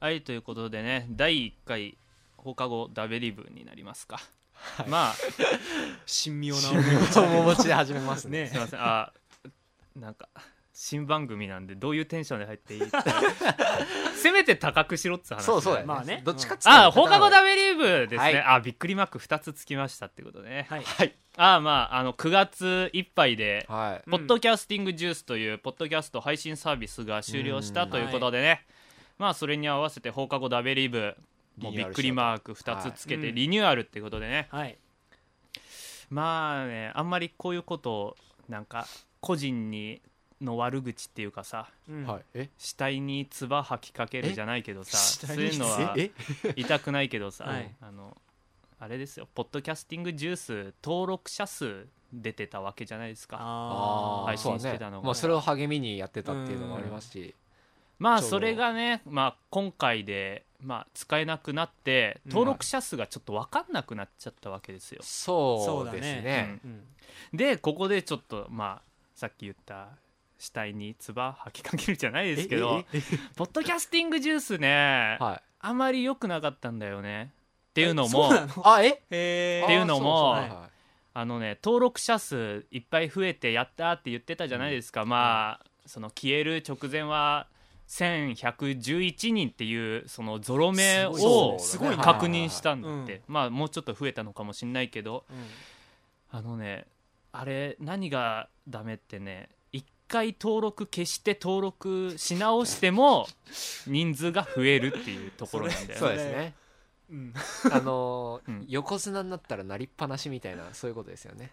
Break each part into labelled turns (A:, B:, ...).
A: はいということでね第1回放課後ダベリブになりますか、
B: はい
A: まあ
B: 神妙な
C: 神妙を持ちで始めますね
A: すいませんあなんか新番組なんでどういうテンションで入 っていいってせめて高くしろっつ話
C: そうそうだよ
B: まあね
C: どっちかっつったら
A: あ放課後ダメリーブですね、
C: はい
A: あびっくりマーク2つつきましたってことでね、
B: はい
C: はい
A: あまああの9月いっぱいで、
C: はい
A: ポッドキャスティングジュースというポッドキャスト配信サービスが終了したということでね、まあそれに合わせて放課後ダベリブもうびっくりマーク2つつけ
B: は
A: て
B: い
A: リニューアルってことでね、
B: はい
A: まあねあんまりこういうことをなんか個人にの悪口っていうかさ
B: うん
C: はいえ
A: 死体に唾吐きかけるじゃないけどさ
B: え
A: そういうのは
C: え
A: 痛くないけどさ、
B: はい
A: あのあれですよポッドキャスティングジュース登録者数出てたわけじゃないですか
B: あ
A: 配
B: あ
A: 信
C: そうだ
A: してたのが
C: ねまあそれを励みにやってたっていうのもありますし
A: まあ
C: そう
A: それがね、まあ、今回で、まあ、使えなくなって
B: うん
A: 登録者数がちょっと分かんなくなっちゃったわけですよ、
C: そうです
B: そうだ
C: ね
B: うん
A: でここでちょっとまあさっき言った死体に唾吐きかけるじゃないですけど
C: えええ
A: ポッドキャスティングジュースね、
C: はい
A: あまり良くなかったんだよねっていうの
B: そ
A: も
B: うなの
C: あえ
B: へ
A: っ
B: ー
A: ていうのも
C: あそうそうはい
A: あのね登録者数いっぱい増えてやったって言ってたじゃないですか、まあその消える直前は1111人っていうそのゾロ目
B: すご
A: を
B: いすごいね
A: 確認したんだって、
B: うん
A: まあもうちょっと増えたのかもしれないけど
B: うん
A: あのねあれ何がダメってね一回登録消して登録し直して も人数が増えるっていうところなんだよ
C: そう
A: ね。
C: ですね
B: うん
C: あの ー
A: うん
C: 横綱になったらなりっぱなしみたいなそういうことですよね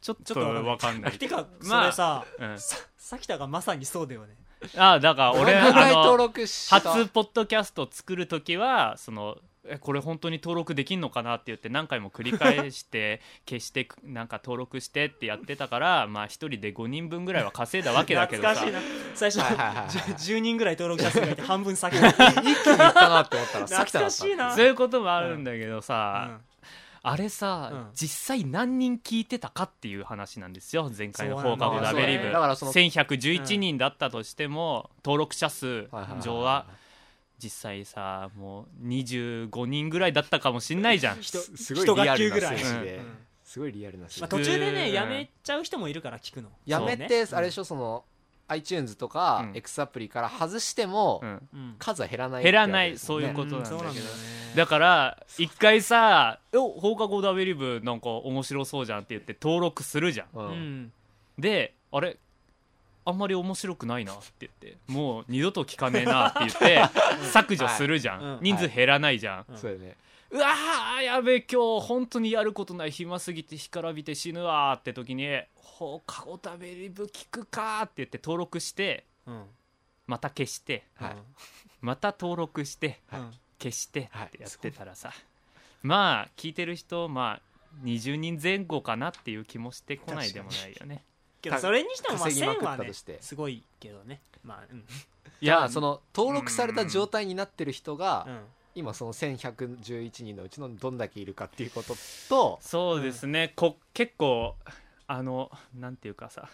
A: ちょっ
B: ち
A: と
B: ょっと
A: わかんない。
B: てか そ
A: まあ
B: れさ
A: うん
B: ささきたがまさにそうだよね
A: ああだから
C: どのぐ
A: 俺
C: ら
A: あ
C: い
A: の
C: 登録した
A: 初ポッドキャスト作る時はそのえこれ本当に登録できんのかなって言って何回も繰り返して 消してくなんか登録してってやってたからまあ1人で5人分ぐらいは稼いだわけだけ
B: 懐
A: どさ
B: かしいな最初
C: はいは いはいはい
B: 10人ぐらい登録者数がいて半分さきた
C: 行ったなって思ったらさき
B: 懐か
C: ただった
B: しいな
A: そういうこともあるんだけどさ、
B: う
A: あれさ、
B: うん
A: 実際何人聞いてたかっていう話なんですよ前回の
B: そうな
A: 放
B: ん
A: 課
B: だ
A: 後ダベリ
C: そ
A: ブ
C: うだねだからその
A: 1111人だったとしても、登録者数
C: はいはいはい
A: 上は実際さもう25人ぐらいだったかもしんないじゃん
B: 人
C: すごい
B: 人
C: リア
B: 学級
C: ルな
B: ぐら
C: 数
B: い
C: 字
B: う
C: で
B: ん
C: すごいリアルな数
B: まあ
C: 字
A: と
B: 途中で
A: う
B: ね
A: ん
B: やめちゃう人もいるから聞くの
C: やめて
B: そうね
C: あれでしょその iTunes とか
A: うん
C: X アプリから外しても
A: うん
B: うん
C: 数は減らない
A: 減らないそういう
C: と
A: ことなんだけど
B: うんそうよね
A: だから一回さ「お放課後ダベリブなんか面白そうじゃん」って言って登録するじゃん
C: う
B: うんん
A: であれあんまり面白くないなって言ってもう二度と聞かねえなって言 って削除するじゃん、
B: はいうん
A: 人数減らないじゃん、
B: うん
C: そうよね
A: うわーやべえ今日本当にやることない暇すぎて干からびて死ぬわーって時に放課後ダベリブ聞くかーって言って登録して
B: うん
A: また消して
C: はい
A: また登録して
B: うん
A: 消して
C: はい
A: ってやってたらさ、まあ聞いてる人まあ20人前後かなっていう気もしてこないでもないよね
B: けどそれにしてもまあ
C: 稼ぎまく
B: 1000
C: った
B: はね
C: として
B: すごいけどねまあうん
C: いやその登録された状態になってる人が
B: うん
C: 今その1111人のうちのどんだけいるかっていうことと
A: そうですね、こ結構あのなんていうかさ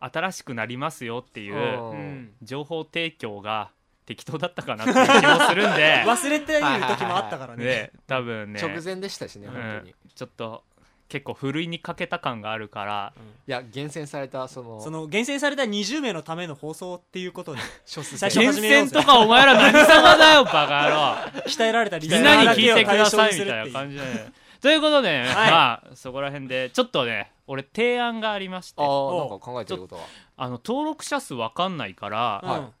A: 新しくなりますよっていううん
B: うん
A: 情報提供が適当だったかなっていう気もするん で
B: 忘れている時もあったからね
A: ね多分ね
C: 直前でしたしね
A: うん
C: 本当にい
A: ちょっと結構ふるいにかけた感があるから
C: や厳選されたそ
B: そ
C: の
B: の厳選された20名のための放送っていうことで
C: 少数
B: 最初
A: 厳
B: 始めよ
A: 選
B: うぜ
A: とかお前ら何様だよバカ野郎
B: 鍛えられた リ
A: み
B: ス
A: ん
B: ナー
A: な
B: だ
A: に聞
B: け
A: い
B: を
A: てく
B: 対
A: だ
B: 象
A: さ
B: に
A: い
B: す
A: み
B: るったて
A: い
B: い
A: な
B: う
A: 感じだねということでね、
B: はい
A: まあそこら辺でちょっとね俺提案がありまして
C: あ
A: あ
C: ーなんか考えてることは
A: の登録者数わかんないから、
C: はい
B: うん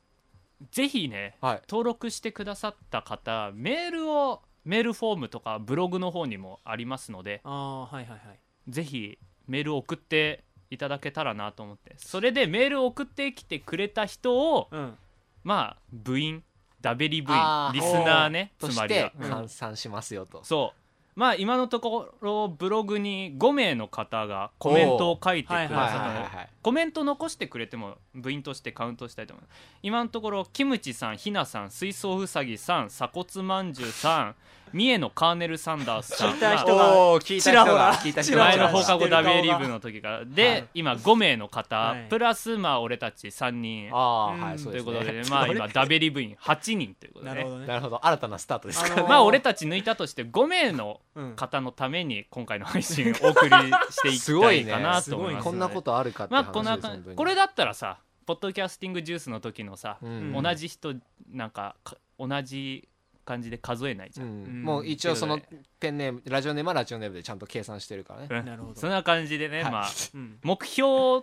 A: ぜひね
C: はい
A: 登録してくださった方メールをメールフォームとかブログの方にもありますので
B: ああーはいはいはい
A: ぜひメールを送っていただけたらなと思ってそれでメールを送ってきてくれた人を
B: うん
A: まあ部員ダベリ部
C: あ
A: 員
C: ー
A: リスナーね
C: と
A: つ
C: し
A: まりは
C: て
B: うん
C: 換算しますよと
A: そうまあ今のところブログに5名の方がコメントを書いてくださったの
B: はいはい
C: はいはい
A: コメント残してくれても部員としてカウントしたいと思います今のところキムチさんひなさん水槽うさぎさん鎖骨まんじゅうさん三重のカーネル・サンダースさん
B: 聞いた人
A: まあ
B: が
C: おー聞いた人が聞いた
B: ち
C: 人
B: ら
A: 前
C: が
A: の
B: ほら
A: 放課後
B: 知ってる顔が
A: WA リーブの時から
B: は
A: で
B: い
A: 今5名の方、
B: はい
A: プラスまあ俺たち3人
C: ああーは
B: う
C: い
B: ん
A: と
C: そう
A: い
C: で
A: う
C: す
A: こ
C: ね
A: とで、まあ今ダベリ部員8人ということで、
B: な
A: ね、
B: るほどね
C: なるほど新たなスタートですか
B: あの
A: まあ俺たち抜いたとして5名の
B: うん
A: 方のために今回の配信をお送りしていきたいかなと思いますので
B: すごいねすごいね
C: こんなことあるかって
A: まあ
C: 話です
A: こんな
C: 本当に
A: これだったらさポッドキャスティングジュースの時のさ、
C: うん
A: 同じ人なんかか同じ感じで数えないじ
C: う
A: ゃん、
C: ん
B: ん
C: もう一応その
A: という
C: ペンネームラジオネームはラジオネームでちゃんと計算してるからね
A: うん
B: なるほど
A: そんな感じでね、
C: はい
A: まあ
B: うん
A: 目標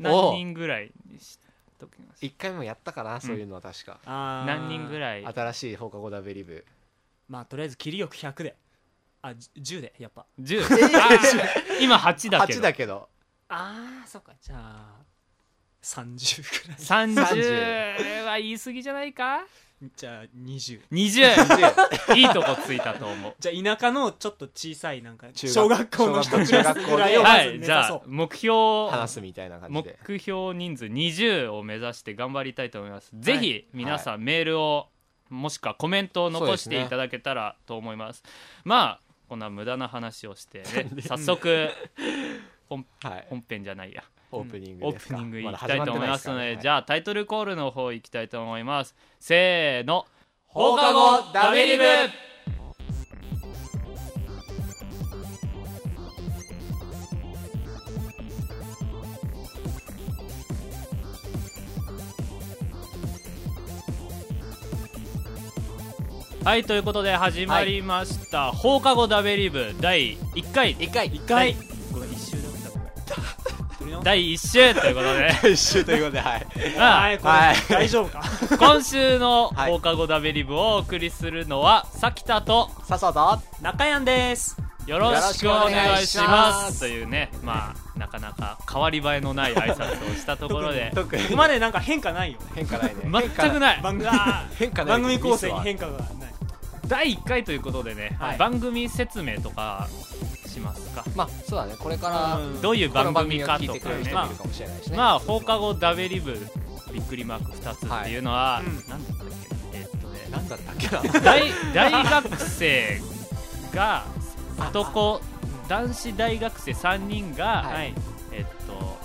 A: 何人ぐらいにしときます
C: 一回もやったかなそういうのは確か
B: あー
A: 何人ぐらい
C: 新しい放課後ダベリブ
B: まあとりあえず切りよく100であじ10でやっぱ
A: 10あー今8だけ
C: 8
A: ど
C: だけど
B: ああそうかじゃあ30ぐらい
A: 30は言い過ぎじゃないか
B: じゃあ20
A: 20いいとこついたと思う
B: じゃあ田舎のちょっと小さいなんか
C: 中学
B: 小学校の
C: 小
B: 一
C: 学
B: クラスぐらいをま
A: は
B: ず目
A: いじ
B: 指そう、
A: ゃあ目標
C: 話すみたいな感じで
A: 目標人数20を目指して頑張りたいと思います、ぜひ皆さんメールをもしくはコメントを残していただけたらと思いますまあこんな無駄な話をして、ね、早速本
C: はい
A: 本編じゃないや
C: オープニング
A: オ
C: で
A: ー
C: す
A: プ
C: か
A: ニングい
C: まだ
A: きた
C: 始
A: い
C: まっ
A: と
C: て
A: 思い
C: な
A: ま
C: ですから
A: の
C: ね
A: で
C: はい
A: じゃあタイトルコールの方いきたいと思いますせーの
B: 放課後ダベリブ
A: はいということで始まりました、放課後ダベリブ第1回
C: 一回
B: 一回、ごめん一周だったごめん取り 直す
A: 第1週ということ で
C: 一周ということではい
A: まあ
B: はいこれ、
C: はい
B: 大丈夫か
A: 今週の
C: はい
A: 放課後ダベリブをお送りするのは、さきたと
C: さっさと
B: 中山です
A: よろしくお願いし
C: よろしくお願いし
A: ま
C: ます
A: すというねまあなかなか変わり映えのない挨拶をしたところ で
C: 特に
B: ここまでなんか変化ないよね
C: 変化ないね
A: 全くない
B: 番 組
C: 変化ない
B: 番組構成に変化がない
A: 第1回ということでね、
B: はい
A: 番組説明とかしますか
C: まあそうだねこれから
B: うん
A: どういう
C: この
A: 番
C: 番
A: 組
C: 組を
A: か
C: 聞い
A: と
C: てく
A: か
C: れる
A: ね
C: 人
A: ま
C: もい
A: あ
C: るかもしれないしね
A: まあ放課後ダベリブびっくりマーク2つっていうのは、
B: いうん
A: なんだったっけえっとね
C: なんだったっけな
A: 大大学生が男男子大学生3人が、
C: はい
A: えっと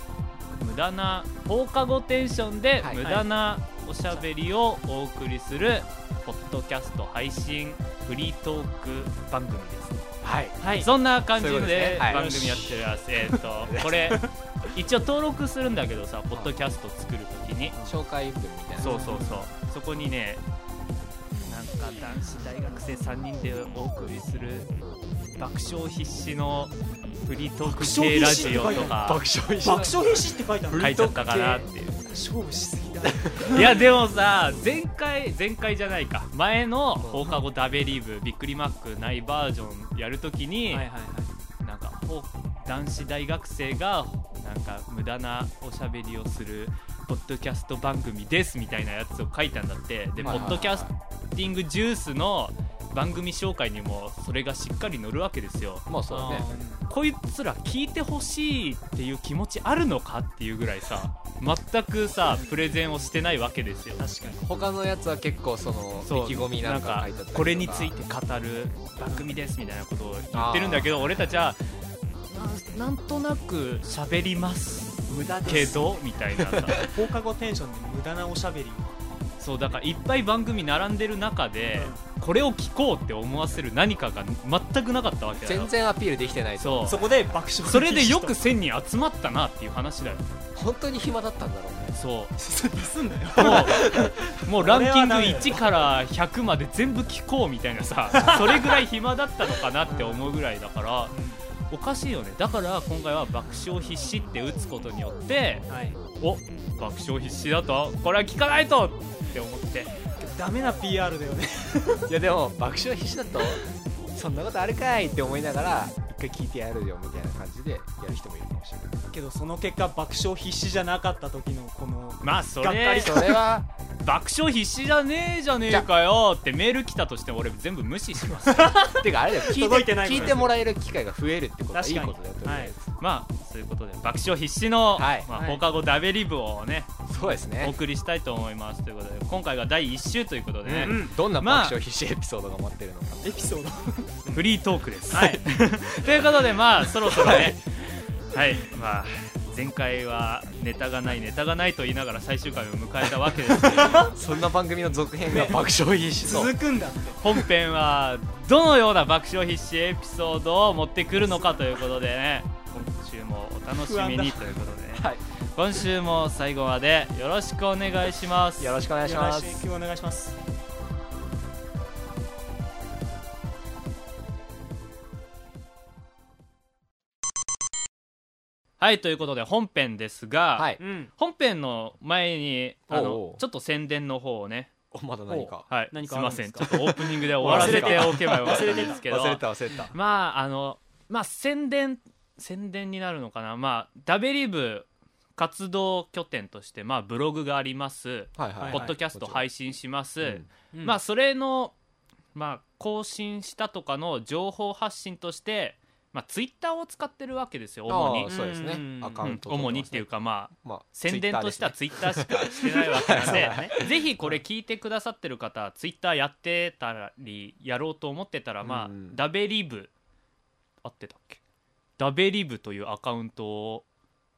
A: 無駄な放課後テンションで
C: はい
A: 無駄なおしゃべりをお送りするポッドキャスト配信フリートーク番組です、
C: はい
B: はい
A: そんな感じ
C: そういうことです
A: で
C: ねはい
A: 番組やってます、えっとこれ 一応登録するんだけどさポッドキャスト作るときに
C: 紹介文みたいな
A: そうそうそうそこにねなんか男子大学生3人でお送りする爆笑必至のフリートーク系ラジオとか
C: 笑
B: 爆笑必至って書いてある
A: 書いちゃったかなっていう
B: 勝負しすぎだ
A: いやでもさ前回前回じゃないか前の放課後ダベリブびっくりマックないバージョンやるときに、
B: はいはいはい
A: なんかほ男子大学生がなんか無駄なおしゃべりをするポッドキャスト番組ですみたいなやつを書いたんだってで、
C: はいはいはい
A: ポッドキャスティングジュースの番組紹介にもそれがしっかり載るわけですよ
C: まあそうだね
A: こいつら聞いてほしいっていう気持ちあるのかっていうぐらいさ全くさプレゼンをしてないわけですよ
B: あー確かに
C: 他のやつは結構その
A: そう
C: 意気込みなんか書いてあ
A: な
C: ったりと
A: ん
C: か
A: これについて語る番組ですみたいなことを言ってるんだけど俺たちはななんとなく喋ります
B: 無駄
A: け
B: です
A: どみたいな さ
B: 放課後テンションで無駄なおしゃべりを
A: そうだからいっぱい番組並んでる中でこれを聞こうって思わせる何かが全くなかったわけだよ
C: 全然アピールできてないと
A: そう
B: そ
A: そ
B: こで爆笑
A: れでよく
B: す
A: 1000人集まったなっていう話だよ
C: 本当に暇だったんだろうね
A: そう
B: すんだよ
A: も うもうランキング
B: これはダメだ
A: 1から100まで全部聞こうみたいなさそれぐらい暇だったのかなって思うぐらいだからおかしいよねだから今回は爆笑必至って打つことによって
B: はい
A: お爆笑必至だとこれは聞かないとって思って
B: ダメな PR だよね
C: いやでも爆笑必死だとそんなことあるかいって思いながら一回聞いてやるよみたいな感じでやる人もいるかもしれない
B: けどその結果爆笑必至じゃなかった時のこの
A: まあそ
B: がっか
A: れ
B: り
C: それは
A: 爆笑必至じゃねえじゃねえかよってメール来たとしても俺全部無視し ます
C: てかあれだよ聞
B: 届
C: い
B: いて
C: て
B: ないから
C: 聞いてもらえる機会が増えるってことは
B: 確か
C: い
B: に
C: いことだよとりあえず
A: まあそういうことで爆笑必至の、
C: はい
A: まあ、
B: はい
A: 放課後ダベリブをね
C: そうです
A: お
C: ね
A: 送りしたいと思いますということで今回が第1週ということでね、
B: うん
C: どんな
A: まあ
C: 爆笑必死エピソードが待ってるのか、
B: エピソード
A: フリートークです、
B: はい
A: ということでまあそろそろねはい、まあ前回はネタがないネタがないと言いながら最終回を迎えたわけですけ ど
C: そんな番組の続編が爆笑必死と
B: 続くんだって
A: 本編はどのような爆笑必至エピソードを持ってくるのかということでね今週もお楽しみにということでね、
C: はい
A: 今週も最後までよろしくお願いします
C: よろしくお願いします
B: よろしくお願いします
A: はいということで本編ですが、
C: はい
B: うん
A: 本編の前にあの
C: おうおう
A: ちょっと宣伝の方をね
C: おまだ何か
A: はい、
B: 何
A: す
B: か
A: い
B: ある
A: ま
B: んです
A: せ
B: か
A: んちょっとオープニングで終わらせておけばよかったんですけど
C: 忘れた忘れた
A: まああのまあ宣伝宣伝になるのかなまあダベリブ活動拠点としてまあブログがあります、
C: はいはい
A: ポッドキャスト配信します、
B: うん
A: まあそれのまあ更新したとかの情報発信としてまあツイッターを使ってるわけですよ主
C: あ
A: に
C: あそうですね
B: うん
C: アカ
A: う
C: ウ
A: ん
C: ントとか
A: 主にっていうかまあ
C: まあ
A: 宣伝としては
C: ツ
A: ツイッターしかしてないわけなん
C: そう
A: で
C: だね
A: ぜひこれ聞いてくださってる方ツイッターやってたりやろうと思ってたらまあ、
C: うん
A: ダベリブ合ってたっけダベリブというアカウントを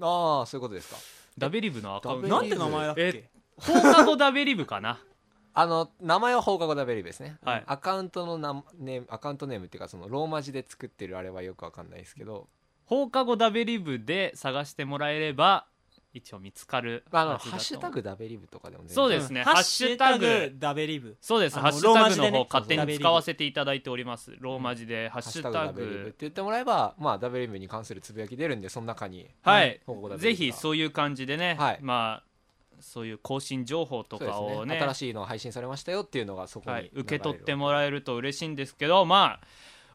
C: イッターああそういうことですか
A: ダベリブのアカウン
B: な
A: ト
B: んて名前だっけ
A: え放課後ダベリブかな
C: あの名前は放課後ダベリブですね、
A: はい
C: アカウントのなネームアカウントネームっていうかそのローマ字で作ってるあれはよくわかんないですけど
A: 放課後ダベリブで探してもらえれば一応見つかる
C: まああの
A: はずだと
C: ハッシュタグダベリブとかでも全然
A: そうですね
B: ん
A: ハッシュタグ
B: ハッシュダベリブ
A: そうです
B: あの
A: ハッシュタグの
B: ローマ字でね
A: 方勝手
B: ダベ
A: に
B: リブ
A: 使わせていただいておりますローマ字でハ
C: ハ
A: ッシュタ
C: ダベリブって
A: グ
C: 言ってもらえばまあダベリブに関するつぶやき出るんでその中に
A: はい
C: 放課後ダベ
A: ぜ
C: リブ
A: ひ
C: が
A: そういう感じでね、
C: はい
A: まあそういう更新情報とか
C: そ
A: を
C: う
A: ね
C: です新しいの配信されましたよっていうのがそこに、
A: はい、受け取って
C: も
A: もらえると嬉しいんですけどま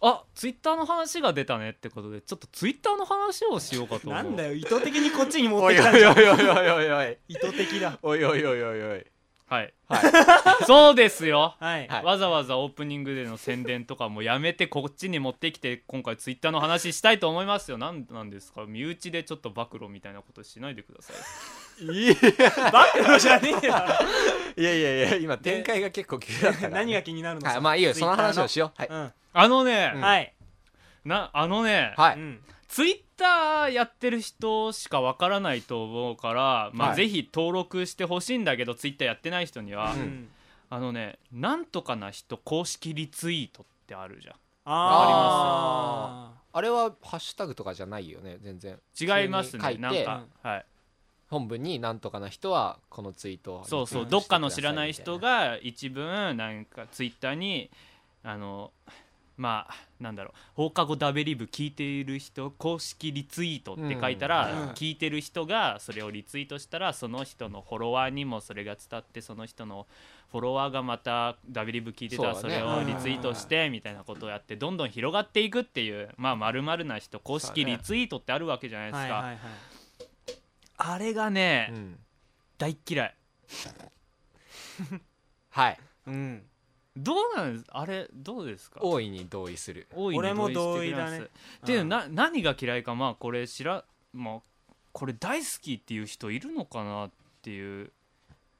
A: ああツイッターの話が出たねってことでちょっとツイッターの話をしようかと思う
B: なんだよ意図的にこっちに持っ
C: お
B: て
C: い
B: き
C: お
B: た
C: い
B: ん
C: お
B: じ
C: い
B: ゃ
C: お
B: ん
C: いおいおいおい
B: 意図的だ
C: おいおいおいおいおい
A: はい、
C: は い
A: そうですよ
B: はい
C: はい
A: わざわざオープニングでの宣伝とかもやめてこっちに持ってきて今回ツイッターの話したいと思いますよなんなんですか身内でちょっと暴露みたいなことしないでください
C: い
B: バックのじゃねえよ
C: やいやいや今展開が結構急だったから
B: 何が気になるの
C: はいまあいいよその話を
B: し
C: しようはい、
B: は
A: あのね、
C: うん
B: はい
A: なあのね、
C: は
B: う
C: い
B: ん
A: ツイッターやってる人しかわからないと思うから、ま
C: は
A: あ、
C: い
A: ぜひ登録してほしいんだけど、ツイッターやってない人には、
C: うん
A: あのねなんとかな人公式リツイートってあるじ
B: あ
C: あれはハッシュタグとかじゃないよね全然
A: ゃん違いますね
C: 普通に
A: な
C: 書い
A: ん
C: て
A: か、はい、
C: 本文になんとかな人はこのツイートを
A: そうそう
C: リツイ
A: ど
C: ート
A: っかの知らない
C: してくださ
A: 人が一文なんかツイッターにあのまあなんだろう放課後ダベリブ聞いている人公式リツイートって書いたら、
B: うん
A: 聞いてる人がそれをリツイートしたらその人のフォロワーにもそれが伝ってその人のフォロワーがまたダベリブ聞いてたら
C: そ
A: そう
C: だね
A: れをリツイートしてみたいなことをやってどんどん広がっていくっていうまあ丸々な人公式リツイートってあるわけじゃない
B: ー
A: ですか、
B: はいはいはい
A: あれがね、
C: いうん
A: 大っ嫌い
C: はい
B: うん
A: どうなんですあれどうですか
C: 大いに同意する
A: 大いに
B: 俺も
A: 同意してくれます
B: 同意だね
A: っていうな何が嫌いかまあこれ知らまあこれ大好きっていう人いるのかなっていう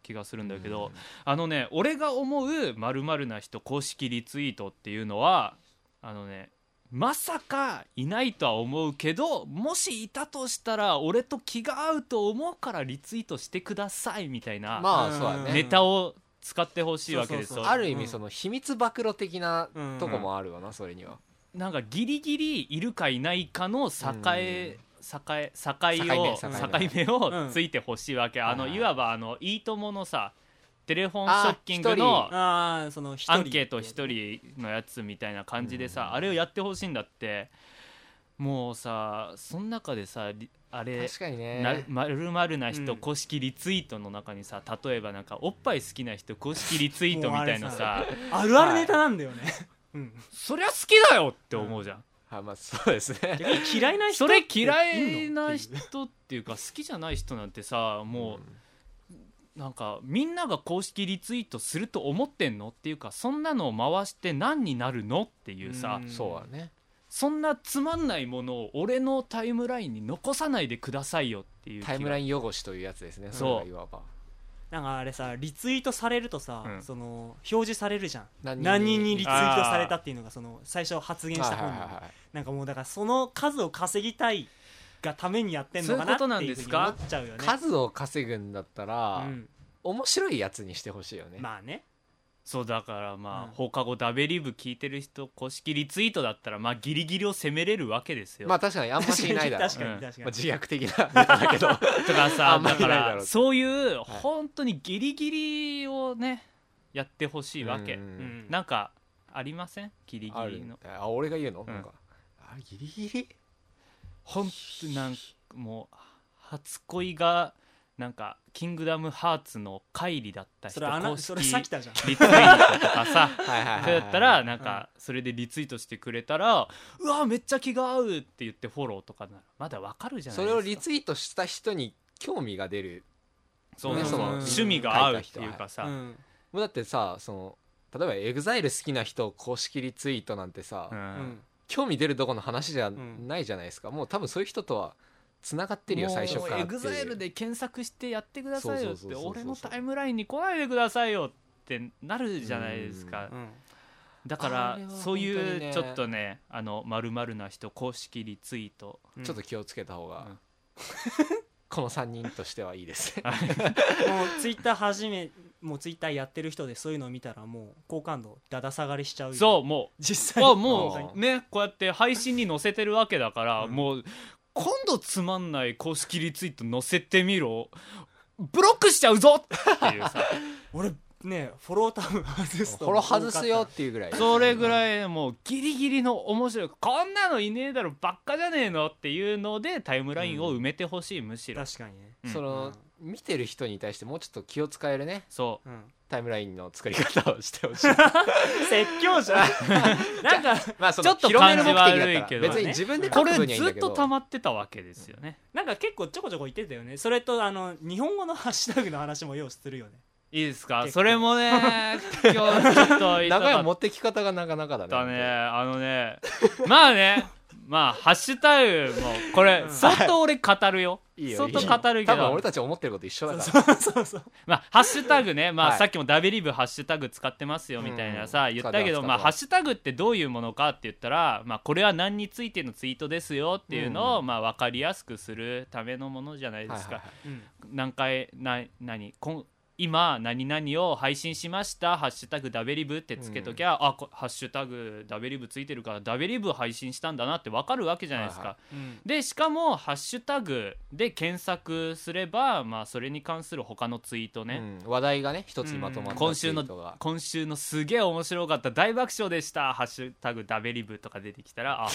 A: 気がするんだけど、あのね俺が思うまるな人公式リツイートっていうのはあのねまさかいないとは思うけどもしいたとしたら俺と気が合うと思うからリツイートしてくださいみたいな、
C: まあ
B: うん
C: そうだ
B: あ
C: ね
A: ネタを使ってほしいわけです
B: そう
A: よ
B: そうそう
C: ある意味その秘密暴露的な
B: うん
C: とこもあるわなそれには
A: なんかギリギリいるかいないかの境
C: う
A: え境え境
C: 境目
A: を境
C: 境
A: 目
C: 目
A: をついてほしいわけ、あの
C: はいはい
A: いわばあのいいとものさテレフォンショッキン
C: あ
A: グ
C: 一人
A: の
B: ああその一人
A: アンケート一人のやつみたいな感じでさ、
C: うん
A: あれをやってほしいんだってもうさその中でさりあれ
C: 確かに
A: な
C: ね
A: まるまるな人
B: うん
A: 公式リツイートの中にさ例えばなんかおっぱい好きな人公式リツイートみたいなさ
B: あるあるネタなんだよねうん
A: そりゃ好きだよって思うじゃん
C: はいまあそうですね
B: 逆に嫌いな人
A: それ嫌い
B: っ
A: な
B: ていう
A: 人っていうか好きじゃない人なんてさも
C: ん
A: うなんかみんなが公式リツイートすると思ってんのっていうかそんなのを回して何になるのっていうさ
B: うん
C: そうだね
A: そんなつまんないものを俺のタイムラインに残さないでくださいよっていう気が
C: タイムライン汚しというやつですね
A: そう
C: れがいわば
B: なんかあれさリツイートされるとさ、
A: うん
B: その表示されるじゃん
C: 何
B: 何人にリツイ
A: 立
B: ートされたっていうのがその最初発言した本
C: はい
B: 人
C: はいは
B: が
C: いはい
B: なんかもうだからその数を稼ぎたいがためにやってんのかなって
A: そういうことなん
B: いう
A: で
B: ふう
A: す
B: に思
A: か
B: っちゃうよね
C: 数を稼ぐんだったら、
B: うん
C: 面白いやつにしてほしいよね、
B: まあね
A: そうだからまあ、
B: うん
A: 放課後ダベリブ聞いてる人公式リツイートだったらまあギリギリを攻めれるわけですよ、
C: まあ確かにあんましいないだろ う
B: 確かに確かに確かに
C: まあ、自虐的なネタだけど
A: だから
C: あ
A: さ
C: んま
A: だ
C: りな
A: か
C: いだろう
A: らそういう本当にギリギリをねやってほしいわけ、
C: うん
B: うん
A: なんかありませんギリ
C: あ
A: ギ
C: る
A: リの
C: あ俺が言うの、
A: うん
C: なんかあギリギリ
A: 本当なんかもう初恋がなんか「キングダムハーツ」の乖離だった
B: そ
A: 人
B: れあ
A: 公
B: な
A: 式
B: それさきたじゃん
A: リツイートとかさ
C: はいはいはいはい
A: そうやったらなんかそれでリツイートしてくれたら「うわめっちゃ気が合う」って言ってフォローとかならまだわかるじゃない
C: そ
A: です
C: れ
A: か
C: をリツイートした人に興味が出る
A: そう
B: ね
A: そうそう
B: その
A: 趣味が合うっていうかさ、
B: うん
C: もうだってさその例えばエグザイル好きな人公式リツイートなんてさ、
A: うん
B: うん
C: 興味出るどこの話じゃ
B: ん
C: ないじゃないですか、もう多分そういう人とはつながってるよ最初から
A: エ
C: ってい
A: グ
C: う
A: ザイルで検索してやってくださいよっ
C: そうそう
A: て
C: そうそう
A: 俺のタイムラインに来ないでくださいよってなるじゃないですか
B: うん
A: だか
C: あ
A: ら
C: れは
A: そう
C: 本当に
A: い
C: ね
A: うちょっとねあの丸々な人公式リツイート
B: うん
C: ちょっと気をつけた方が、
A: うん
C: この3人としてはいいですね
B: もうツイッター始めもうツイッターやってる人でそういうのを見たらもう好感度だだ下がりしちゃうよ
A: そうもう
B: 実際
A: あ
C: 本
A: も
C: 当
A: うねこうやって配信に載せてるわけだから、
B: うん
A: もう今度つまんない公式リツイート載せてみろブロックしちゃうぞっていう さ
B: 俺ねフォロータブ外すと
C: フォロー外すよっていうぐらい
A: それぐらいもうギリギリの面白いこんなのいねえだろばっかじゃねえのっていうのでタイムラインを埋めてほしい、むしろ
B: 確かにね
A: うん
C: その、見てる人に対してもうちょっと気を使えるね
A: そう
B: うん
C: タイムラインの作り方をして ほしい
B: 説教じゃんなんか
C: まあそ
A: ちょっと感じは
C: 広める目
A: 悪いけ
C: 的だったら
A: どね
C: 別に自分で書
A: こ
C: く
A: れ
C: 分にはいいん
A: ず
C: だ
A: っ
C: けど
A: と溜まってたわけですよね、
B: なんか結構ちょこちょこ言ってたよねそれとあの日本語のハッシュタグの話もようするよね
A: いいです
B: 結
A: か
B: 構
A: それも ね今日ちょっと言いた
C: 長
A: か
C: い
A: っ
C: 持ってき方がなかなかだね
A: たねあのねまあね まあハッシュタグもこれ
B: うん
A: 相当俺語るよ
C: いいよ
A: 相
C: いいよ
A: 当語るけ
C: 多分
A: ど
C: 俺たち思ってること一緒だから
B: そうそうそう
A: まあハッシュタグねま
C: は
A: あ
C: い
A: さっきもダビリブハッシュタグ使ってますよみたいなさ
C: うん
A: 言ったけ
C: 使
A: ど
C: ってます使ってます
A: まあハッシュタグってどういうものかって言ったらまあこれは何についてのツイートですよっていうの
C: う
A: をまあ分かりやすくするためのものじゃないです
C: はい
A: か
C: はいはい
B: うん
A: 何回な何こん今何々を配信しました「ハッシュタグダベリブ」ってつけときゃ、あこハッシュタグダベリブついてるからダベリブ配信したんだなってわかるわけじゃないですか、
C: はいは
B: うん
A: でしかも「ハッシュタグ」で検索すれば、まあ、それに関する他のツイートね、
C: うん話題がね一つにまとまった
A: 今週の
C: ツイートが
A: 今週のすげえ面白かった大爆笑でした「ハッシュタグダベリブ」とか出てきた らあ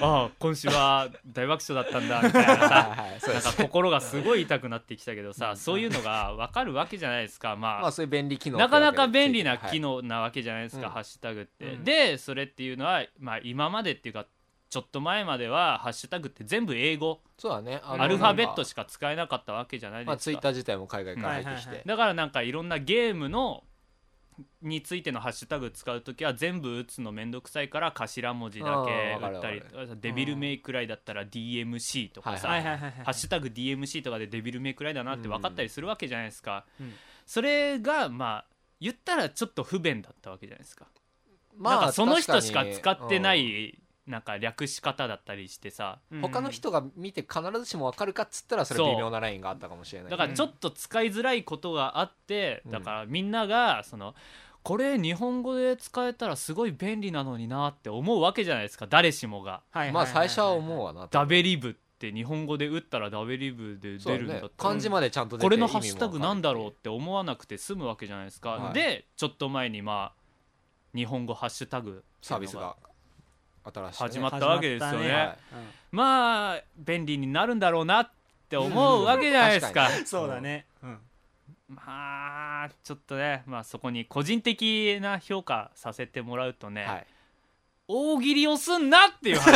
A: あ今週は大爆笑だったんだみたいなさ
C: はいはいそうで
A: なんか
C: す
A: 心がすごい痛くなってきたけどさ、そういうのが分かるわけじゃないですか、まあ
C: まあそういう便利機能
A: なかなか便利な
C: はい
A: 機能なわけじゃないですか、
C: うん
A: ハッシュタグって。
B: うん
A: でそれっていうのは、まあ、今までっていうかちょっと前まではハッシュタグって全部英語
C: そうだねあの
A: アルファベット
C: なんか
A: しか使えなかったわけじゃない
C: まあ
A: です
C: ツ
A: か、
C: イッター自体も海外から入ってき
B: うんはいはいはい
C: て
A: だからなんかいろんなゲームのについてのハッシュタグ使うときは全部打つのめんどくさいから頭文字だけ打ったり
C: あーわか
A: デビルメイクライだったら DMC とかさ、
B: はいはいはいはい
A: ハッシュタグ DMC とかでデビルメイクライだなって分かったりするわけじゃないですか、
B: うん
A: それがまあ言ったらちょっと不便だったわけじゃないですか,、
C: まあ
A: なんかその人し
C: 確
A: か
C: に
A: 使ってな
C: うん
A: いなんか略し方だったりしてさ
B: うん
C: 他の人が見て必ずしも分かるかっつったらそれ
A: そう
C: 微妙なラインがあったかもしれない
A: だからちょっと使いづらいことがあって、だからみんながそのこれ日本語で使えたらすごい便利なのになって思うわけじゃないですか誰しもが
B: はいはいはいはい
C: まあ最初は思うわな
A: ダベリブって日本語で打ったらダベリブで
C: そ
A: 出
C: うだ
A: るんだっ
C: ね
A: たら
C: 漢字までちゃんと出て
A: これのハッシュタグなんだろうっ
C: う
A: て思わなくて済むわけじゃないですか、
C: はい
A: でちょっと前にまあ日本語ハッシュタグ
C: サービスが新しいね
A: 始まったわけですよね
C: はい
A: まあ便利になるんだろうなって思うわけじゃないですか,、
B: うんそうだねうん
A: まあちょっとね、まあ、そこに個人的な評価させてもらうとね、
C: はい
A: 大喜利をすんなっていう話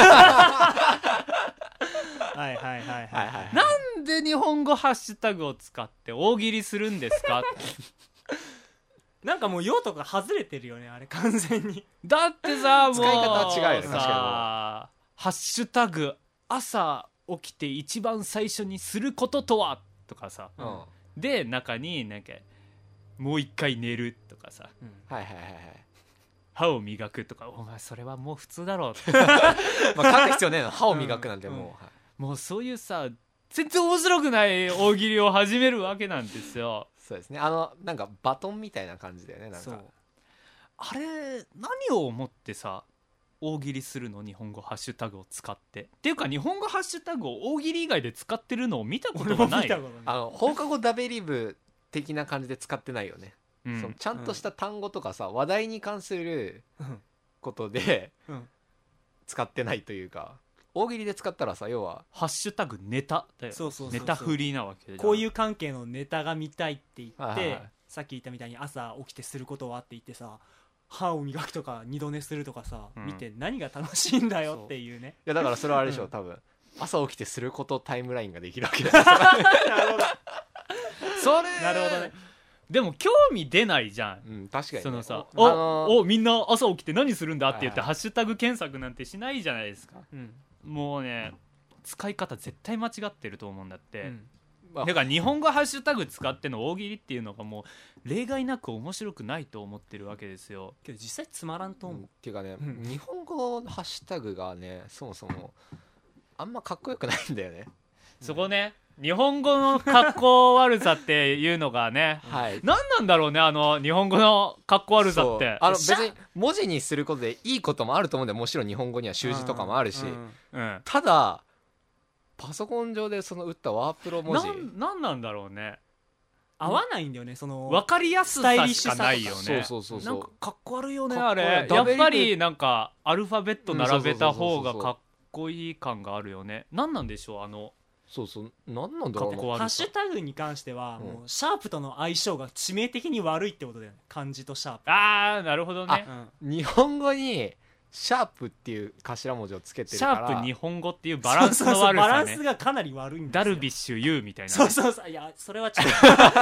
B: はいはいはい
C: は
B: はいい
C: はい
A: ななんで日本語ハッシュタグを使って大喜利するんですか
B: なんかもう用とか外れてるよねあれ完全に
A: だってさもう
C: 使い方は違うよね確かに
A: さハッシュタグ朝起きて一番最初にすることとは?」とかさ
C: うんはい
A: で中になんか「もう一回寝る」とかさ
C: はいはいはい
A: 「歯を磨く」とか「お前それはもう普通 だろ」
C: まあ書く必 要ねえの歯を磨くなんてもう、
B: うん
C: はい
A: もうそういうさ全然面白くない大喜利を始めるわけなんですよ
C: そうですねあのなんかバトンみたいな感じだよねなん
B: そう
C: か
A: あれ何を思ってさ大喜利するの日本語ハッシュタグを使ってっていうか日本語ハッシュタグを大喜利以外で使ってるのを見たこと
B: 俺
A: が
B: も
A: な
B: 見
A: い
B: たこと
C: あ
B: ない
C: の放課後ダベリブ的な感じで使ってないよね、
A: うん
C: そのちゃんとした単語とかさ、話題に関する
B: うん
C: ことで
B: うん
C: 使ってないというか大喜利で使ったらさ要は
A: ハッシュタグネタだよ
B: そうそうそうそう
A: ネタフリーなわけじゃん
B: こういう関係のネタが見たいって言って、
C: はいはい
B: さっき言ったみたいに朝起きてすることはって言ってさ歯を磨くとか二度寝するとかさ、
A: うん
B: 見て何が楽しいんだよっていうね
C: いやだからそれはあれでしょ、多分朝起きてすることタイムラインができるわけだ
A: それ
B: なるほどね
A: でも興味出ないじゃん
C: うん確かにね、
A: そのさ「
C: お
A: お,、
C: あの
A: おみんな朝起きて何するんだ?」って言って、
C: はい
A: ハッシュタグ検索なんてしないじゃないですか
B: うん、
A: もうね使い方絶対間違ってると思うんだっ
B: う
A: て、
B: ん、
C: まあ
A: だから日本語ハッシュタグ使っての大喜利っていうのがもう例外なく面白くないと思ってるわけですよ
B: けど実際つまらんと
C: うん
B: 思
C: っ
B: う、
C: ていうかね、
B: うん
C: 日本語のハッシュタグがねそもそもあんまかっこよくないんだよね、
A: そこね日本語の格好悪さっていうのが ね
C: はい
A: 何なんだろうねあの日本語の格好悪さっ
C: そう
A: て
C: あの別に文字にすることでいいこともあると思うんだよもちろん日本語には習字とかもあるし、
B: うん
A: うん
C: ただパソコン上でその打ったワープロ文字
A: なんなんなんだろうね
B: 合わないんだよねその
A: 分かりやすさしかないよね
C: そうそうそうそう
A: なんかかっこ悪いよね
C: か
A: あ
C: っこいい
A: れ
C: ダ
A: や
C: ブ
A: っ
C: リク
A: ぱりなんかアルファベット並べた方がかっこいい感があるよね何なんでしょうあの
C: そうそうなんなんだ
A: か
C: ろ
A: っ
C: うな
A: こ悪
B: ハッシ
A: さ
B: ュタグに関しては、
C: うん
B: もうシャープとの相性が致命的に悪いってことだよね漢字とシャープ
A: あーなるほどね
B: うん
C: 日本語にシャープっていう頭文字をつけて
A: シ
C: るか
A: ャ
C: ら
A: ープ日本語っていうバランスの
B: そうそうそう
A: 悪
B: バラ
A: さ
B: ンス
A: ね
B: がかなり悪いんです
A: ダ
B: よ
A: ルビッシュ有みたいな
B: そう
A: ね
B: そうそういやそれはちょっとそれは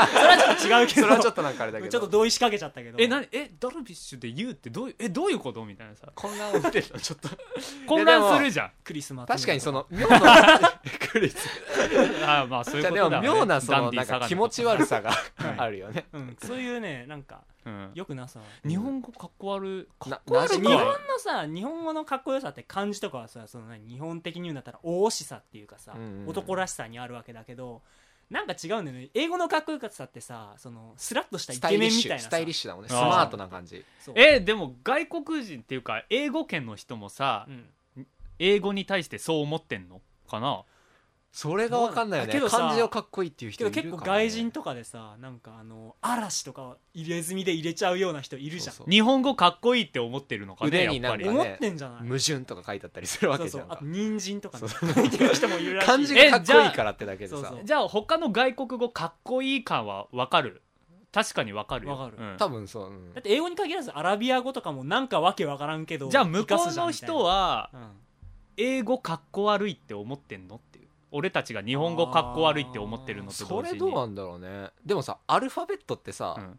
B: ちょっと違うけど
C: それはちょっとなんかあれだけど
B: ちょっと同意しかけちゃったけど
A: えなえダルビッシュで言うってどういうえどういうことみたいなさ
C: 混乱をしてるのちょっと
A: 混乱するじゃん
B: クリスマス
C: 確かにそ
B: の
C: の妙なクリス
A: あーまあそういう
C: じゃあ
A: こと
C: で
A: だ
C: も
A: ね
C: 妙なそ
A: ダン
C: の
A: ディ
C: なん
A: 相
C: か
A: 模
C: 気持ち悪さがあるよね
B: うん、そういうねなんか
A: うん
B: よくなさ
A: 日本語かっこ悪かっ
C: な
A: こ悪
B: 日
A: く
B: 本
A: な
B: の
A: い
B: さ日本語のかっこよさって漢字とかはさその何日本的に言うんだったらおおしさっていうかさ、
C: うんうん
B: 男らしさにあるわけだけどなんか違うんだよね英語のかっこよさってさそのスラッとしたイ
C: スタイ
B: ケ
C: リ
B: メ
C: ッ
B: ンみ
C: シ
B: たい
C: ュ
B: なさ
C: スタイリッシュだもんね
A: あ
C: ス
A: ー
C: マートな感じ
B: そう
A: えでも外国人っていうか英語圏の人もさ、
B: うん
A: 英語に対してそう思ってんのかな
C: それが分かんないよ
B: け
C: ね
B: どさ
C: 漢字をかっこいいっていう
B: け
C: 人い
B: ど
C: るから
B: 結
C: ね
B: 構外人とかでさなんかあの嵐とか入れ墨で入れちゃうような人いるじゃん
C: そう
A: 日本語かっこいいって思ってるのかね
C: 腕
A: やっ
C: に
A: ぱ
C: なんか
A: り
C: ね
B: 思ってんじゃない
C: 矛盾とか書いてあったりするわ
B: そう
C: けじ
B: そ
C: ゃ
B: うんあ
C: か
B: と人参とかね
C: そ
B: 書いてる人もいるらしいよ
C: 漢字がかっこいいからってだけで
B: えじゃあ
C: さ
B: そう
A: じゃあ他の外国語かっこいい感はわかる確かにわかるよ
B: わかる
A: うん
C: 多分そううん
B: だって英語に限らずアラビア語とかもなんかわけわからんけど
A: じゃあ向こうの人
B: は、
A: は
B: うん
A: 英語かっこ悪いって思ってんのっていう俺たちが日本語かっこ悪いって思ってるのと
C: そ
A: 同時
C: れ
A: に
C: どうなんだろうねでもさアルファベットってさ、
A: うん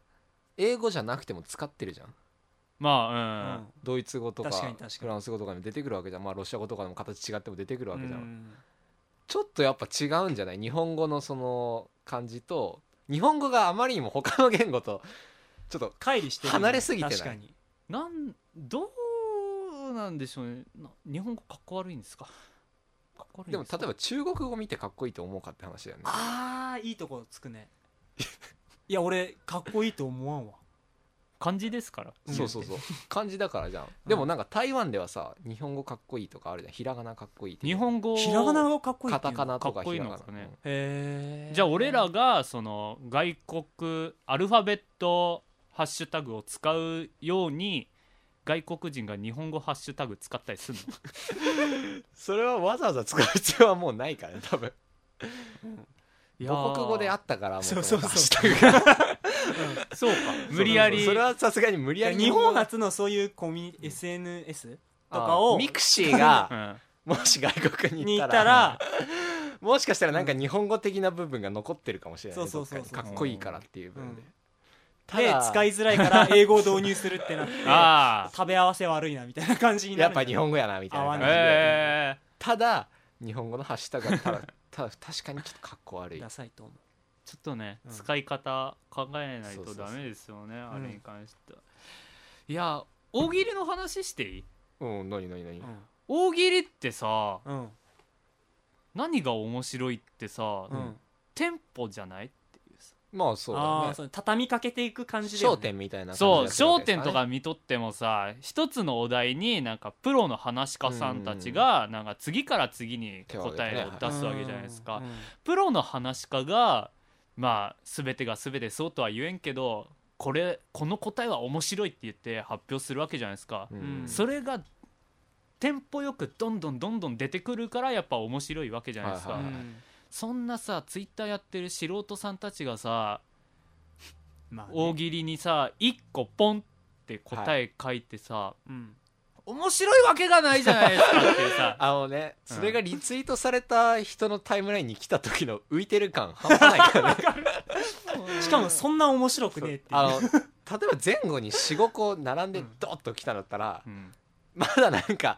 C: 英語じゃなくても使ってるじゃん
A: ま
B: う
A: あうん、
B: ん
C: ドイツ語とか
B: 確かに確かに
C: フランス語とかにも出てくるわけじゃん、まあ、ロシア語とかでも形違っても出てくるわけじゃん、
B: うん
C: ちょっとやっぱ違うんじゃない日本語のその感じと日本語があまりにも他の言語とちょっと
B: 乖離してるよね
C: 離れすぎてない
B: 確かに
A: なんどうなんでしょうねな日本語かっこ悪いんですかかっこ悪い
C: でも例え
A: ば
C: ば中国語見てかっこいいと思うかって話だよね
B: ああいいとこつく ねいや俺かっこいいと思わんわ
A: 漢字ですから
C: そうそうそう漢字だからじゃんでもなんか台湾ではさ日本語かっこいいとかあるじゃんひらがなかっこいいって
A: 日本語
B: ひらがながかっこいい
C: カ
B: ってい
C: タ
B: うの
C: カナと
A: か
C: か
A: っこい
C: ひ
A: い
C: ら
A: の
C: が
A: です
C: な
A: かね
B: へえ
A: じゃあ俺らがその外国アルファベットハッシュタグを使うように外国人が日本語ハッシュタグ使ったりする
C: それはわざわざ使う必要はもうないからね多分
A: の
C: 母国語であったからも
B: そうそうそう
C: ハッシュタグが
A: そうか無理やり
C: そうそうそうそれはさすがに無理やり
B: 日本初のそういうコミュニ SNS とか
C: あ
B: を
C: ミクシーが
A: うん
C: もし外国に
B: に
C: 行
B: 行
C: っ
B: った
C: たら
B: ら
C: もしかしたらなんか日本語的な部分が残ってるかもしれないね
B: そうそう
C: どっかに
B: そうそう
C: かっこいいからっていう部分で
B: うん
C: た
B: で
C: だ
B: 使いづらいから英語を導入するってなって
A: あ
B: 食べ合わせ悪いなみたいな感じにな
C: やっ
B: る
C: ぱ日本語やなみたいな
A: あ
B: 合
C: 感じ
B: わない
C: で
A: え
C: ただ日本語のハッシュタグはただ ただ確かにちょっとかっこ悪い
B: ダサいと思う
A: ー、ちょっとね、
B: うん
A: 使い方考えない
C: そうそ
A: と
C: うそう
A: ダメですよねあ
B: うん
A: れに関しては、いや大喜利の話していい
C: うん何何何
A: 大喜利ってさ
B: うんうん
A: 何が面白いってさ、
B: うん、
A: テンポじゃないっていうさ
C: まあそう
B: ああ
C: だ
B: そ
C: ね
B: の畳みかけていく感じで、
C: 焦点みたいな感じ
A: そう
C: がするわ
A: 焦
C: けです
A: 点
C: ね
A: とか見とってもさ一つのお題になんかプロの話し家さんたちがなんか次から次に答えを
C: 手
A: 出すわけじゃないですか
B: うんうん
A: プロの話し家がまあ全てが全てそうとは言えんけどこれこの答えは面白いって言って発表するわけじゃないですか
C: う、
B: うん
C: ん
A: それがテンポよくどんどんどんどん出てくるからやっぱ面白いわけじゃないですか、
C: は
B: う
C: いはい
B: ん
A: そんなさツイッターやってる素人さんたちがさ
B: まあね
A: 大喜利にさ1個ポンって答え書いてさ、
B: うん
A: 面白いわけがないじゃないですかっていうさ
C: あのね
A: うん
C: それがリツイートされた人のタイムラインに来た時の浮いてる感半端ないからね
B: しかもそんな面白くねえっていう
C: あの例えば前後に45個並んでドッと来たんだったら
A: うん
C: まだなんか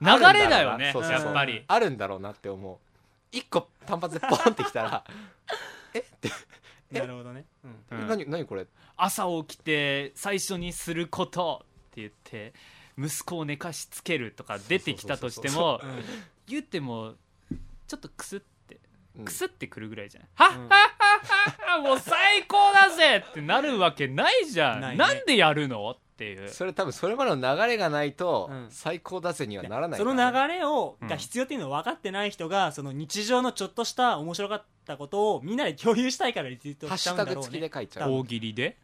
A: 流れだよね
C: そうそう
A: やっぱり
C: あるんだろうなって思う一個単発でポンってきたらえってえ
B: なるほどね、うん
A: うん
C: 何何これ
A: 朝起きて最初にすることって言って息子を寝かしつけるとか出てきたとしても
B: うん
A: 言ってもちょっとクスって
C: うん
A: クスってくるぐらいじゃん、はっはっはっはもう最高だぜってなるわけないじゃん
B: な
A: ない
B: ね
A: んでやるのっていう
C: それ多分それまでの流れがないと
B: うん
C: 最高だぜにはならない
B: そ
C: から
B: の
C: ね、
B: 流れを、
A: うん
B: が必要っていうのを分かってない人がその日常のちょっとした面白かったことをみんなで共有したいからリツイート
C: ハッ
B: しち
C: シ
B: ゃ
C: ュ
B: うんだ
C: タ
B: ろう
C: グ
B: ね
C: 付きで書いちゃう
A: 大喜利で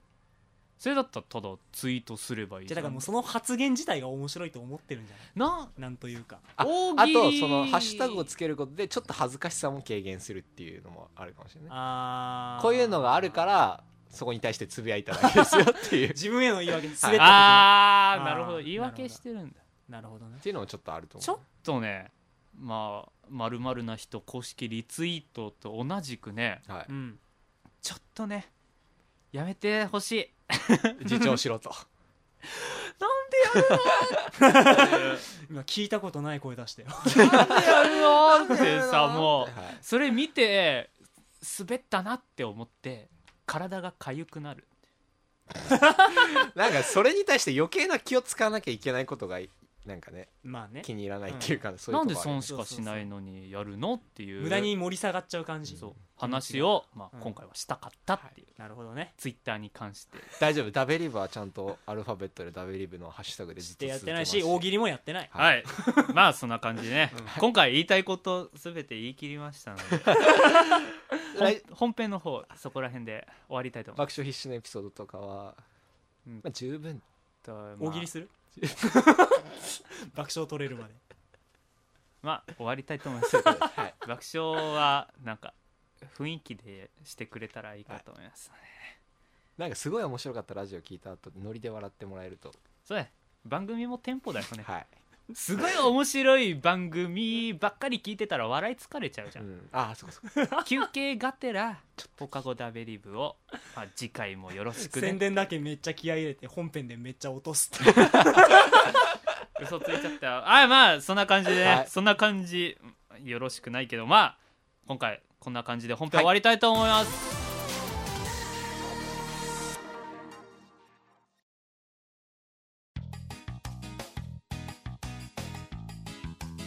A: それだったらただツイートすればいいじ
B: じゃあ
A: ゃ
B: だから
A: ん
B: もうその発言自体が面白いと思ってるんじゃない
A: な
B: なんというか
C: あ
A: 大
C: あ
A: 喜利
C: とそのハッシュタグをつけることでちょっと恥ずかしさも軽減するっていうのもあるかもしれない
B: あー
C: こういうのがあるからそこに対してつぶやいただけですよっ ていうっ
B: 自分への言い訳に滑った時の
A: あ
B: あ
A: あ
B: ー
A: なるほ
B: なるほ
A: ど
B: ど
A: 言い訳してるんだ
B: なるほどね
C: ていうのもちょっとあると
A: ちょっ
C: 思
A: とねまあまるまるな人公式リツイートと同じくね
C: う、は
B: うん
A: ちょっとねやめてほ しい
C: い、自重しろと
B: 今 聞いたことない声出したよ
A: やるよーってさもう
C: はい
A: それ見て滑ったなって思って体が痒くなる
C: なんかそれに対して余計な気を使わなきゃいけないことがなんかね
B: まあね
C: 気に入らないっていうか、そうい
A: な
C: うん
A: で
C: とこあるよね
A: 損しかしないのにやるのっていう
B: 無駄に盛り下がっちゃう感じ
A: そう話を、まあ
B: うん
A: 今回はしたかったっていう、
B: なるほどね
A: ツイッターに関して
C: 大丈夫ダベリブはちゃんとアルファベットでダベリブのハッシュタグで
B: し
C: 実
B: てやってないし大喜利もやってない
A: はいい、まあそんな感じでね、今回言いたいことすべて言い切りましたので
C: 来
A: 本本編の方そこら辺で終わりたいと思いま
C: 爆笑必死のエピソードとかは、
A: うん
C: まあ、十分
A: すとまあ
B: 大喜利 する爆笑取れるま で
A: まあ終わりたいと思います、爆笑はなんか雰囲気でしてくれたらいいかと思います、
C: なんかすごい面白かったラジオ聞いた後ノリで笑ってもらえると、
A: そうだね番組もテンポだよね、
C: はい
A: すごい面白い番組ばっかり聞いてたら笑い疲れちゃうじゃ、
C: うんん、ああそうかそうか
A: 休憩がてら放課後ダベリブを、まあ、次回もよろしくね
B: 宣伝だけめっちゃ気合い入れて本編でめっちゃ落とすって
A: 嘘ついちゃったよあまあそんな感じで、
C: はい
A: そんな感じよろしくないけどまあ今回こんな感じで本編終わりたいと思います、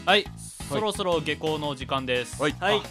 A: はい、そろそろ下校の時間です。
C: はい
B: はい
A: あ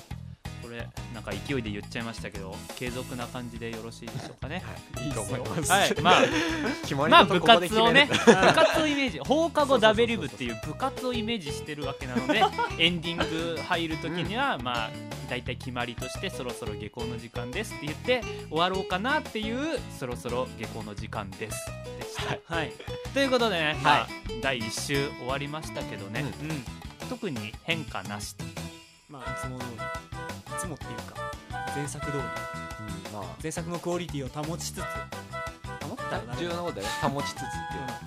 A: これなんか勢いで言っちゃいましたけど、継続な感じでよろしいでしょう かね。
C: いいと思います
A: はい、まあ
C: 決まり
A: まあ
C: のと
A: 部
C: ここで
A: 活
C: 決め
A: を
C: る
A: ね部活をイメージ放課後ダベリブっていう部活をイメージしてるわけなのでエンディング入る時にはまあ大体決まりとしてそろそろ下校の時間ですって言って終わろうかなっていうそろそろ下校の時間ですでした、
B: はい
A: ということでね、まあ
C: は
A: 第1週終わりましたけどね、
B: うん
A: 特に変化なしと
B: まあいつも通りいつもっていうか前作通り
C: うんま
B: 前作のクオリティを保ちつつ保ったらダ
C: あ
B: メ
C: 重要なことだよ保ちつつってい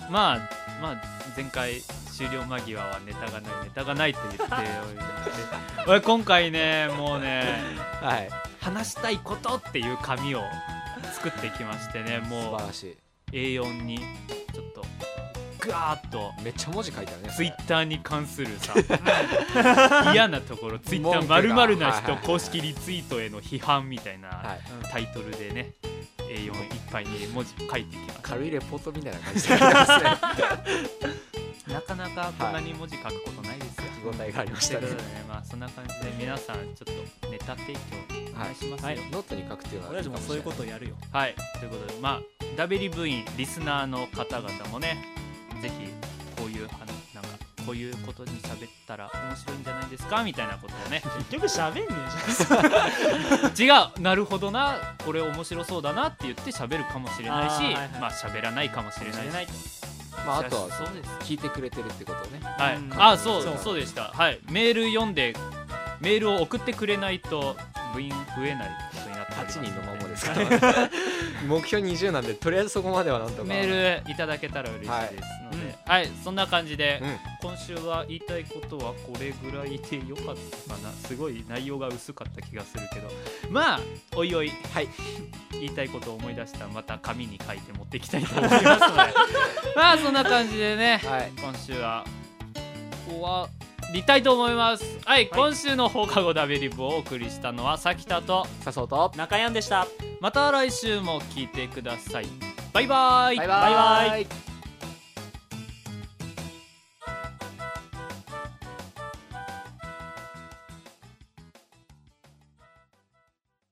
C: うのは
A: まあまあ前回終了間際はネタがないネタがないって言っておいて俺今回ねもうね
C: はい
A: 話したいことっていう紙を作ってきましてね
C: 素
A: もう
C: 晴らしい
A: A4 にちょっとガーッと
C: めっちゃ文字書いてあるね
A: ツイッターに関するさ 嫌なところツイッタ
C: 文
A: ー
C: 句が
A: まるまるな
C: はいはい
A: 人
C: はい
A: 公式リツイートへの批判みたい
C: は
A: ないタイトルでね A4 いっぱいに文字書いてきました
C: 軽いレポートみたいな感 じで書いてますね
A: なかなかこんなに文字書くことないですよ
C: 書き応えがありました
A: と
C: ね
A: いうことでねまあそんな感じで皆さんちょっとネタ提供お願いしますよ
B: はいは
C: ノートに書くっていうのは
B: 俺たちもそういうこととやるよ
A: はい、ということで、まあ、ダベリ部員、リスナーの方々もね、ぜひ、こういう、あの、なんか、こういうことに喋ったら面白いんじゃないですかみたいなことをね、
B: 結局喋んねえじ
A: 違う、なるほどな、これ面白そうだなって言って喋るかもしれないし、
B: あーはいはい
A: まあ、喋らないかもしれないし。
B: 喋らない
C: まああとは
A: そうです。
C: 聞いてくれてるってことね
A: はい、
B: うん
A: あそう
B: そ
A: そううでしたはいメール読んでメールを送ってくれないと部員増えないことになっておりま
C: 8
A: す
C: 人のままですからね目標20なんでとりあえずそこまではなんとか
A: メールいただけたら嬉しいですので、はい、そんな感じで、
C: うん
A: 今週は言いたいことはこれぐらいでよかったかなすごい内容が薄かった気がするけどまあおいおい、
C: はい
A: 言いたいことを思い出したらまた紙に書いて持ってきたいと思いますのでまあそんな感じでね
C: はい
A: 今週は終わりたいと思いますはい、今週の放課後ダベリブをお送りしたのはさきたと
C: 笹うと
B: ゃん 中山でした
A: また来週も聞いてくださいバイバイ
C: バ
B: バイ
C: イバ
B: バ
C: イ